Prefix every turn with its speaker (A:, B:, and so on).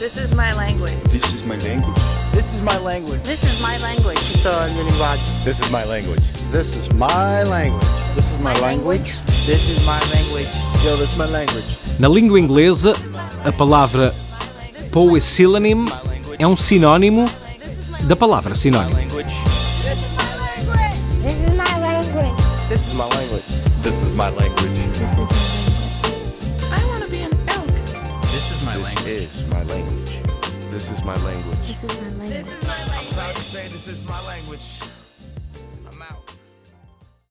A: This is my language.
B: This is my language.
C: This is my language.
A: This is my language.
C: Isso é a minha linguagem.
B: This is my language.
D: This is my language.
C: This is my
A: language.
C: This is my language. Yo, this is my language.
E: Na língua inglesa, a palavra poecilonym é um sinónimo da palavra sinónimo.
F: This is my language.
C: This is my language.
B: This is my language.
A: I want to be an elk.
B: This is my language. This is my language. This is my language.
F: This is my language.
A: This is my language.
G: say this is my language.